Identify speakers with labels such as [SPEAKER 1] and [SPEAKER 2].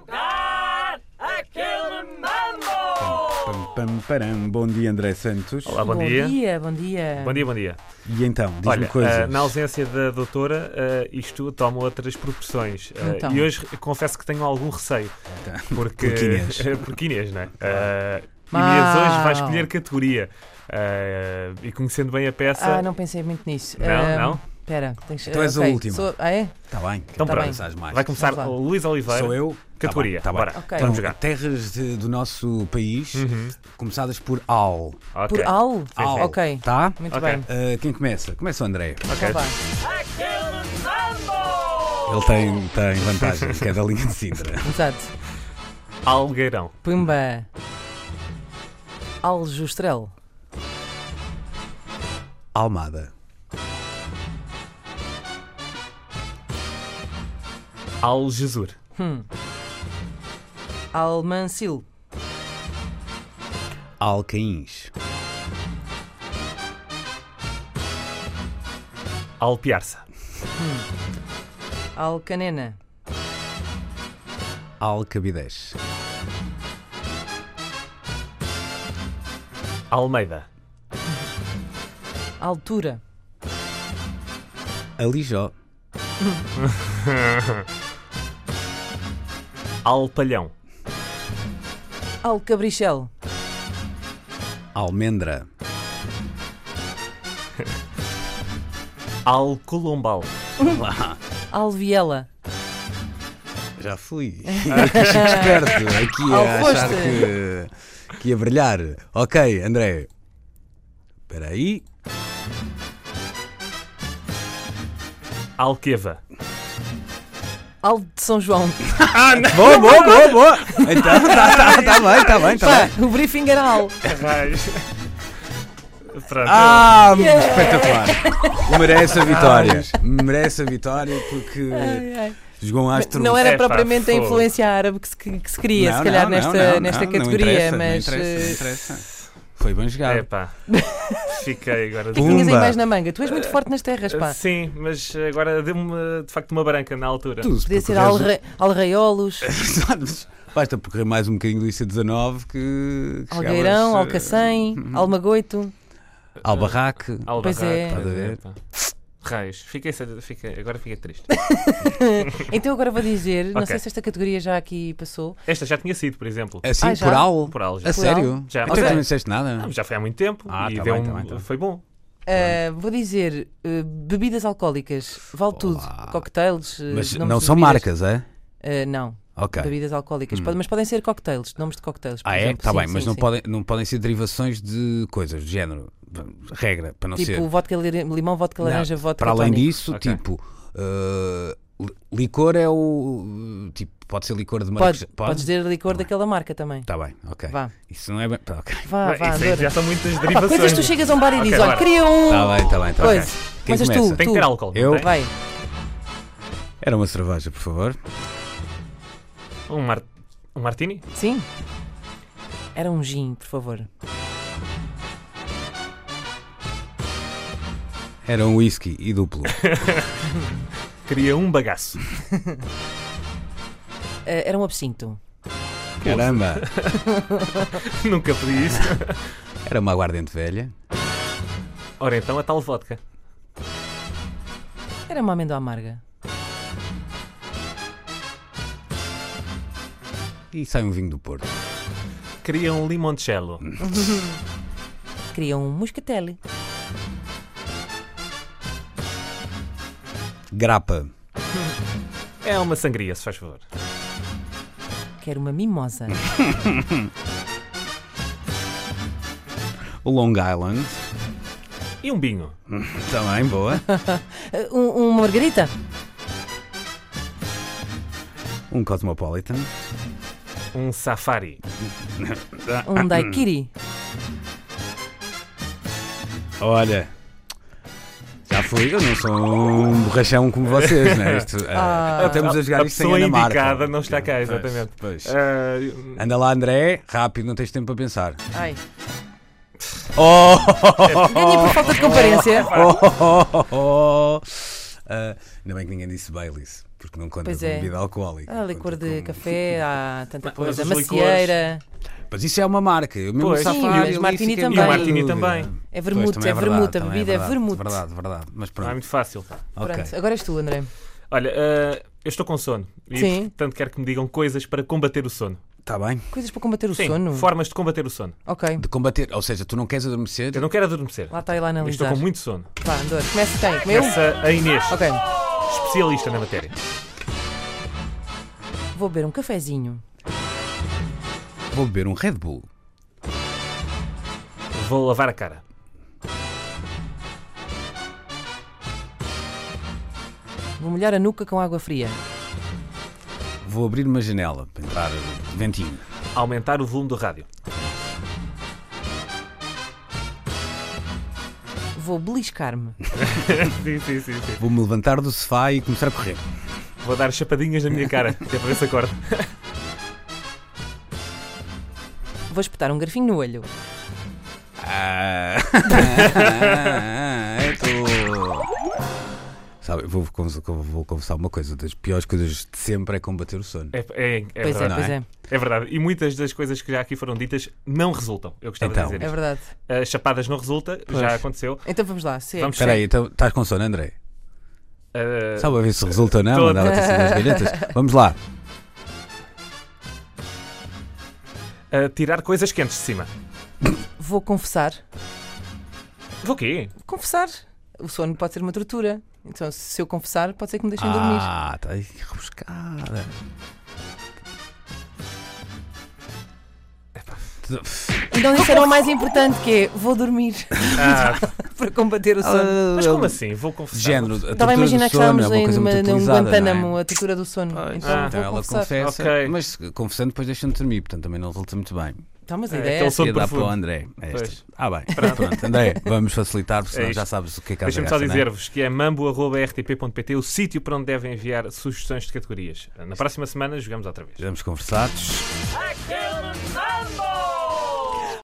[SPEAKER 1] jogar aquele mambo!
[SPEAKER 2] Pam, pam, param. Bom dia, André Santos.
[SPEAKER 3] Olá, bom, dia.
[SPEAKER 4] bom dia.
[SPEAKER 3] Bom dia, bom dia.
[SPEAKER 2] E então, diz-me
[SPEAKER 3] Olha,
[SPEAKER 2] coisas.
[SPEAKER 3] ah, na ausência da doutora, ah, isto toma outras proporções. Ah,
[SPEAKER 4] Então.
[SPEAKER 3] E hoje confesso que tenho algum receio.
[SPEAKER 2] Tá.
[SPEAKER 3] Porque,
[SPEAKER 2] Porque Inês.
[SPEAKER 3] porque Inês, não é? Ah,
[SPEAKER 4] Mal.
[SPEAKER 3] Inês hoje vai escolher categoria. Ah, e conhecendo bem a peça.
[SPEAKER 4] Ah, não pensei muito nisso.
[SPEAKER 3] Não,
[SPEAKER 1] eh,
[SPEAKER 4] Ah,
[SPEAKER 3] não?
[SPEAKER 4] Espera, deixa
[SPEAKER 2] Tu Então és a
[SPEAKER 4] ok,
[SPEAKER 2] última.
[SPEAKER 4] sou- Ah, é?
[SPEAKER 2] Está bem.
[SPEAKER 3] Então
[SPEAKER 2] Tá
[SPEAKER 3] pronto.
[SPEAKER 2] bem, sabes mais.
[SPEAKER 3] Vai começar
[SPEAKER 4] Vamos lá.
[SPEAKER 3] Luís Oliveira.
[SPEAKER 2] Sou eu.
[SPEAKER 3] Categoria.
[SPEAKER 2] Tá bem, tá
[SPEAKER 3] Bora. Uhum.
[SPEAKER 2] bem.
[SPEAKER 4] Ok.
[SPEAKER 3] Vamos
[SPEAKER 4] Então,
[SPEAKER 3] jogar.
[SPEAKER 2] Terras de- do nosso país, começadas por AL.
[SPEAKER 3] Ok.
[SPEAKER 4] Por al?
[SPEAKER 2] AL.
[SPEAKER 4] Ok,
[SPEAKER 2] Tá?
[SPEAKER 4] muito
[SPEAKER 3] Ok.
[SPEAKER 4] bem.
[SPEAKER 2] Ah, quem começa? Começa o André.
[SPEAKER 3] Ok.
[SPEAKER 4] Então vá.
[SPEAKER 1] Aquele mambo!
[SPEAKER 2] Ele tem, tem vantagens, que é da linha de Sintra.
[SPEAKER 4] Exato.
[SPEAKER 3] Algueirão.
[SPEAKER 4] Pumba. Aljustrel.
[SPEAKER 2] Almada.
[SPEAKER 3] Algesur.
[SPEAKER 4] Almancil.
[SPEAKER 2] Alcaíns.
[SPEAKER 3] Alpiarça.
[SPEAKER 4] Alcanena.
[SPEAKER 2] Alcabidez.
[SPEAKER 3] Almeida.
[SPEAKER 4] Altura.
[SPEAKER 2] Alijó.
[SPEAKER 3] Alpalhão.
[SPEAKER 4] Alcabrichel.
[SPEAKER 2] Almendra.
[SPEAKER 3] Alcolombal.
[SPEAKER 4] Alviela.
[SPEAKER 2] Já fui. Esperto. Aqui a
[SPEAKER 4] Ao
[SPEAKER 2] achar que,
[SPEAKER 4] foste.
[SPEAKER 2] que ia brilhar. Ok, André. Espera aí.
[SPEAKER 3] Alqueva.
[SPEAKER 4] Al de São João.
[SPEAKER 2] Boa, boa, boa, boa. Então, tá, tá, tá bem, tá bem, tá
[SPEAKER 4] Pá,
[SPEAKER 2] bem.
[SPEAKER 4] o briefing era al.
[SPEAKER 2] É
[SPEAKER 3] Raios. Pronto.
[SPEAKER 2] Ah, espetacular. Merece a vitória. Merece a vitória porque
[SPEAKER 4] Ah, Ai, ai.
[SPEAKER 2] jogou um astro.
[SPEAKER 4] Não era
[SPEAKER 3] Epá,
[SPEAKER 4] propriamente a
[SPEAKER 3] fogo.
[SPEAKER 4] influência árabe que se, que- que se queria,
[SPEAKER 2] Não,
[SPEAKER 4] se calhar,
[SPEAKER 2] não,
[SPEAKER 4] nesta,
[SPEAKER 2] não,
[SPEAKER 4] nesta
[SPEAKER 2] não, não
[SPEAKER 4] categoria,
[SPEAKER 2] interessa, não
[SPEAKER 4] mas.
[SPEAKER 2] interessa, não
[SPEAKER 4] eh, É,
[SPEAKER 2] interessa. Foi bem jogado.
[SPEAKER 3] Epá. Fiquei agora. um
[SPEAKER 4] O que é que tinhas aí
[SPEAKER 2] Pumba.
[SPEAKER 4] mais na manga? Tu és muito forte nas terras, pá.
[SPEAKER 3] Sim, mas agora deu-me de facto uma branca na altura.
[SPEAKER 2] Tu, se
[SPEAKER 4] Podia ser
[SPEAKER 2] percorreres o-
[SPEAKER 4] alre- alreiolos,
[SPEAKER 2] Exato, mas Basta percorrer mais um bocadinho do IC19 que. que chegavas,
[SPEAKER 4] algueirão,
[SPEAKER 2] eh,
[SPEAKER 4] alcacém, almagoito.
[SPEAKER 2] Ao barraque.
[SPEAKER 3] Alba,
[SPEAKER 4] Pois é.
[SPEAKER 3] estás a ver,
[SPEAKER 2] Estás
[SPEAKER 3] pá. Raios. Fiquei, sad- fiquei- agora fiquei triste.
[SPEAKER 4] Então agora vou dizer, não
[SPEAKER 3] Ok.
[SPEAKER 4] sei se esta categoria já aqui passou.
[SPEAKER 3] Esta já tinha sido, por exemplo.
[SPEAKER 2] Assim,
[SPEAKER 4] Ah, já?
[SPEAKER 2] por algo?
[SPEAKER 3] Por algo já.
[SPEAKER 2] A sério?
[SPEAKER 3] Já.
[SPEAKER 2] Então
[SPEAKER 4] Ok.
[SPEAKER 2] tu não disseste nada?
[SPEAKER 3] Ah, Já foi há muito tempo
[SPEAKER 2] Ah,
[SPEAKER 3] e
[SPEAKER 2] tá
[SPEAKER 3] deu
[SPEAKER 2] bem,
[SPEAKER 3] um-
[SPEAKER 2] tá bem, tá bem.
[SPEAKER 3] foi bom.
[SPEAKER 4] Ah, vou dizer eh, bebidas alcoólicas, vale tudo. Cocktails, eh,
[SPEAKER 2] Mas
[SPEAKER 4] nomes
[SPEAKER 2] não
[SPEAKER 4] de
[SPEAKER 2] são
[SPEAKER 4] bebidas.
[SPEAKER 2] marcas, é?
[SPEAKER 4] Ah, não,
[SPEAKER 2] Ok. Hum.
[SPEAKER 4] bebidas alcoólicas. Pode- mas podem ser cocktails, nomes de cocktails. por
[SPEAKER 2] Ah, é?
[SPEAKER 4] exemplo.
[SPEAKER 2] Está
[SPEAKER 4] Sim,
[SPEAKER 2] bem, mas
[SPEAKER 4] sim,
[SPEAKER 2] não,
[SPEAKER 4] sim.
[SPEAKER 2] podem, não podem ser derivações de coisas do género. Regra, para não ser.
[SPEAKER 4] Tipo vodka lir- limão, vodka
[SPEAKER 2] Não,
[SPEAKER 4] laranja, vodka
[SPEAKER 2] para além
[SPEAKER 4] tónico.
[SPEAKER 2] disso,
[SPEAKER 3] Ok.
[SPEAKER 2] tipo. eh, li- licor é o. Tipo, pode Tá. ser licor de marcas.
[SPEAKER 4] Pode, podes dizer licor daquela marca também.
[SPEAKER 2] Está bem, ok.
[SPEAKER 4] Vá,
[SPEAKER 2] Isso não é bem. tá, Ok.
[SPEAKER 4] vá,
[SPEAKER 3] Mas
[SPEAKER 4] Ah, vá.
[SPEAKER 3] isso aí
[SPEAKER 4] adoro.
[SPEAKER 3] já são muitas
[SPEAKER 4] Ah, pá,
[SPEAKER 3] derivações.
[SPEAKER 4] coisas que tu chegas a um bar e
[SPEAKER 3] Ok,
[SPEAKER 4] dizes, olha,
[SPEAKER 3] bora.
[SPEAKER 4] queria um.
[SPEAKER 2] Está Tá bem, está bem, está bem.
[SPEAKER 4] Coisa.
[SPEAKER 2] Quem
[SPEAKER 4] Coisas
[SPEAKER 2] começa?
[SPEAKER 4] tu.
[SPEAKER 3] Tem que ter álcool. não
[SPEAKER 2] Eu?
[SPEAKER 3] tem?
[SPEAKER 4] Vai,
[SPEAKER 2] Era uma cerveja, por favor.
[SPEAKER 3] Um, mar... um martini?
[SPEAKER 4] sim. Era um gin, por favor.
[SPEAKER 2] Era um whisky e duplo.
[SPEAKER 3] Queria um bagaço.
[SPEAKER 4] Eh, era um absinto.
[SPEAKER 2] Caramba!
[SPEAKER 3] Nunca pedi isso.
[SPEAKER 2] Era uma aguardente velha.
[SPEAKER 3] Ora então, a tal vodka.
[SPEAKER 4] Era uma amêndoa amarga.
[SPEAKER 2] E sai um vinho do Porto.
[SPEAKER 3] Queria um limoncello.
[SPEAKER 4] Queria um moscatelli.
[SPEAKER 2] Grapa.
[SPEAKER 3] É uma sangria, se faz favor.
[SPEAKER 4] Quero uma mimosa.
[SPEAKER 2] O Long Island.
[SPEAKER 3] E um binho.
[SPEAKER 2] Também, boa.
[SPEAKER 4] Eh, um, uma margarita.
[SPEAKER 2] Um Cosmopolitan.
[SPEAKER 3] Um safari.
[SPEAKER 4] Um daiquiri.
[SPEAKER 2] Olha. Já fui, eu não sou um borrachão como vocês, não é? Isto, eh,
[SPEAKER 4] Ah.
[SPEAKER 2] estamos a jogar
[SPEAKER 3] a
[SPEAKER 2] isto sem
[SPEAKER 3] pessoa
[SPEAKER 2] Ana Marca.
[SPEAKER 3] indicada não está cá,
[SPEAKER 2] Pois,
[SPEAKER 3] exatamente.
[SPEAKER 2] pois.
[SPEAKER 3] Ah,
[SPEAKER 2] Anda lá, André, rápido, não tens tempo para pensar.
[SPEAKER 4] Ai.
[SPEAKER 2] Oh!
[SPEAKER 4] Ganhei por falta de tipo comparência.
[SPEAKER 2] Eh, oh, oh, oh, oh. Ah, ainda bem que ninguém disse Baileys. Porque não conta
[SPEAKER 4] Pois
[SPEAKER 2] com
[SPEAKER 4] é.
[SPEAKER 2] bebida alcoólica.
[SPEAKER 4] Há licor
[SPEAKER 2] conta
[SPEAKER 4] de
[SPEAKER 2] com-
[SPEAKER 4] café, há tanta
[SPEAKER 3] Mas
[SPEAKER 4] coisa.
[SPEAKER 3] os licores-
[SPEAKER 4] Macieira,
[SPEAKER 2] Mas isso é uma marca. Eu mesmo
[SPEAKER 3] Pois.
[SPEAKER 2] safari,
[SPEAKER 4] Sim, mas
[SPEAKER 2] ali
[SPEAKER 4] Martini
[SPEAKER 2] fiquei
[SPEAKER 4] também.
[SPEAKER 2] na
[SPEAKER 4] E o
[SPEAKER 3] Martini
[SPEAKER 2] dúvida.
[SPEAKER 3] também.
[SPEAKER 4] é
[SPEAKER 2] Pois,
[SPEAKER 4] vermute,
[SPEAKER 2] também
[SPEAKER 4] é vermute, a
[SPEAKER 2] verdade, também
[SPEAKER 4] bebida é vermute.
[SPEAKER 2] Verdade, verdade. Mas
[SPEAKER 3] Não é
[SPEAKER 2] pronto.
[SPEAKER 3] muito fácil.
[SPEAKER 2] ok.
[SPEAKER 4] Pronto, agora és tu, André.
[SPEAKER 3] Olha, eh, eu estou com sono. E,
[SPEAKER 4] Sim.
[SPEAKER 3] portanto, quero que me digam coisas para combater o sono.
[SPEAKER 2] Está Tá bem.
[SPEAKER 4] Coisas para combater o
[SPEAKER 3] Sim,
[SPEAKER 4] sono?
[SPEAKER 3] formas de combater o sono.
[SPEAKER 4] Ok,
[SPEAKER 2] De combater. Ou seja, tu não queres adormecer.
[SPEAKER 3] Eu não quero adormecer.
[SPEAKER 4] lá está ele a
[SPEAKER 3] Eu estou
[SPEAKER 4] analisar.
[SPEAKER 3] com muito sono.
[SPEAKER 4] Vá, Andor, começa quem? Como eu?
[SPEAKER 3] Essa é a Inês,
[SPEAKER 4] Ok,
[SPEAKER 3] especialista na matéria.
[SPEAKER 4] vou beber um cafezinho.
[SPEAKER 2] Vou beber um Red Bull.
[SPEAKER 3] Vou lavar a cara.
[SPEAKER 4] Vou molhar a nuca com água fria.
[SPEAKER 2] Vou abrir uma janela para entrar ventinho.
[SPEAKER 3] Aumentar o volume do rádio.
[SPEAKER 4] Vou beliscar-me.
[SPEAKER 3] Sim, sim, sim. sim.
[SPEAKER 2] Vou-me levantar do sofá e começar a correr.
[SPEAKER 3] Vou dar chapadinhas na minha cara, que é para ver se acorda.
[SPEAKER 4] Vou espetar um garfinho no olho.
[SPEAKER 2] Ah, eu tô... Sabe, eu vou, cons- vou confessar uma coisa. Das piores coisas de sempre é combater o sono.
[SPEAKER 3] É, é, é
[SPEAKER 4] pois é,
[SPEAKER 3] verdade.
[SPEAKER 4] pois
[SPEAKER 2] não é?
[SPEAKER 4] é.
[SPEAKER 3] É verdade. E muitas das coisas que já aqui foram ditas não resultam. Eu gostava
[SPEAKER 2] Então.
[SPEAKER 3] de dizer
[SPEAKER 4] É
[SPEAKER 3] isto.
[SPEAKER 4] verdade.
[SPEAKER 3] As chapadas não resulta, já aconteceu.
[SPEAKER 4] Então vamos lá, se é.
[SPEAKER 3] Vamos
[SPEAKER 2] Espera aí, então, estás com sono, André?
[SPEAKER 3] Eh,
[SPEAKER 2] Sabe a ver se resulta ou não?
[SPEAKER 3] Tô-
[SPEAKER 2] Mandava-te assim umas galhetas. Vamos lá.
[SPEAKER 3] eh, tirar coisas quentes de cima.
[SPEAKER 4] Vou confessar.
[SPEAKER 3] Vou quê?
[SPEAKER 4] Confessar. O sono pode ser uma tortura. Então, se eu confessar, pode ser que me deixem dormir.
[SPEAKER 2] Ah, está aí rebuscada.
[SPEAKER 4] Então, isso era o mais importante, que é vou dormir
[SPEAKER 3] Ah,
[SPEAKER 4] para combater o sono.
[SPEAKER 3] mas como assim? Vou confessar.
[SPEAKER 2] De género. a
[SPEAKER 4] Estava
[SPEAKER 2] tortura
[SPEAKER 4] a imaginar
[SPEAKER 2] do
[SPEAKER 4] que
[SPEAKER 2] sono
[SPEAKER 4] estávamos
[SPEAKER 2] é uma
[SPEAKER 4] em
[SPEAKER 2] coisa
[SPEAKER 4] numa,
[SPEAKER 2] muito
[SPEAKER 4] num
[SPEAKER 2] utilizada, não é?
[SPEAKER 4] Guantánamo, a tortura do sono.
[SPEAKER 2] Pois.
[SPEAKER 4] Então,
[SPEAKER 3] Ah,
[SPEAKER 2] Então
[SPEAKER 4] vou
[SPEAKER 2] ela
[SPEAKER 4] confessar.
[SPEAKER 2] confessa,
[SPEAKER 3] Ok.
[SPEAKER 2] mas confessando depois deixa-me dormir, portanto também não resulta muito bem.
[SPEAKER 4] Tá, mas a
[SPEAKER 3] É,
[SPEAKER 4] ideia é
[SPEAKER 3] aquele
[SPEAKER 4] essa.
[SPEAKER 3] sono
[SPEAKER 2] E dá para o
[SPEAKER 3] profundo.
[SPEAKER 2] André. É esta.
[SPEAKER 3] Pois.
[SPEAKER 2] Ah, bem. Pronto. André, vamos facilitar, porque
[SPEAKER 3] É
[SPEAKER 2] senão já
[SPEAKER 3] isto.
[SPEAKER 2] sabes o que é que há de
[SPEAKER 3] Deixem-me só
[SPEAKER 2] graça, não é?
[SPEAKER 3] dizer-vos que é mambo.rtp.pt o sítio para onde devem enviar sugestões de categorias. Na próxima semana jogamos outra vez.
[SPEAKER 2] Vamos conversar.
[SPEAKER 1] I kill 'em mambo.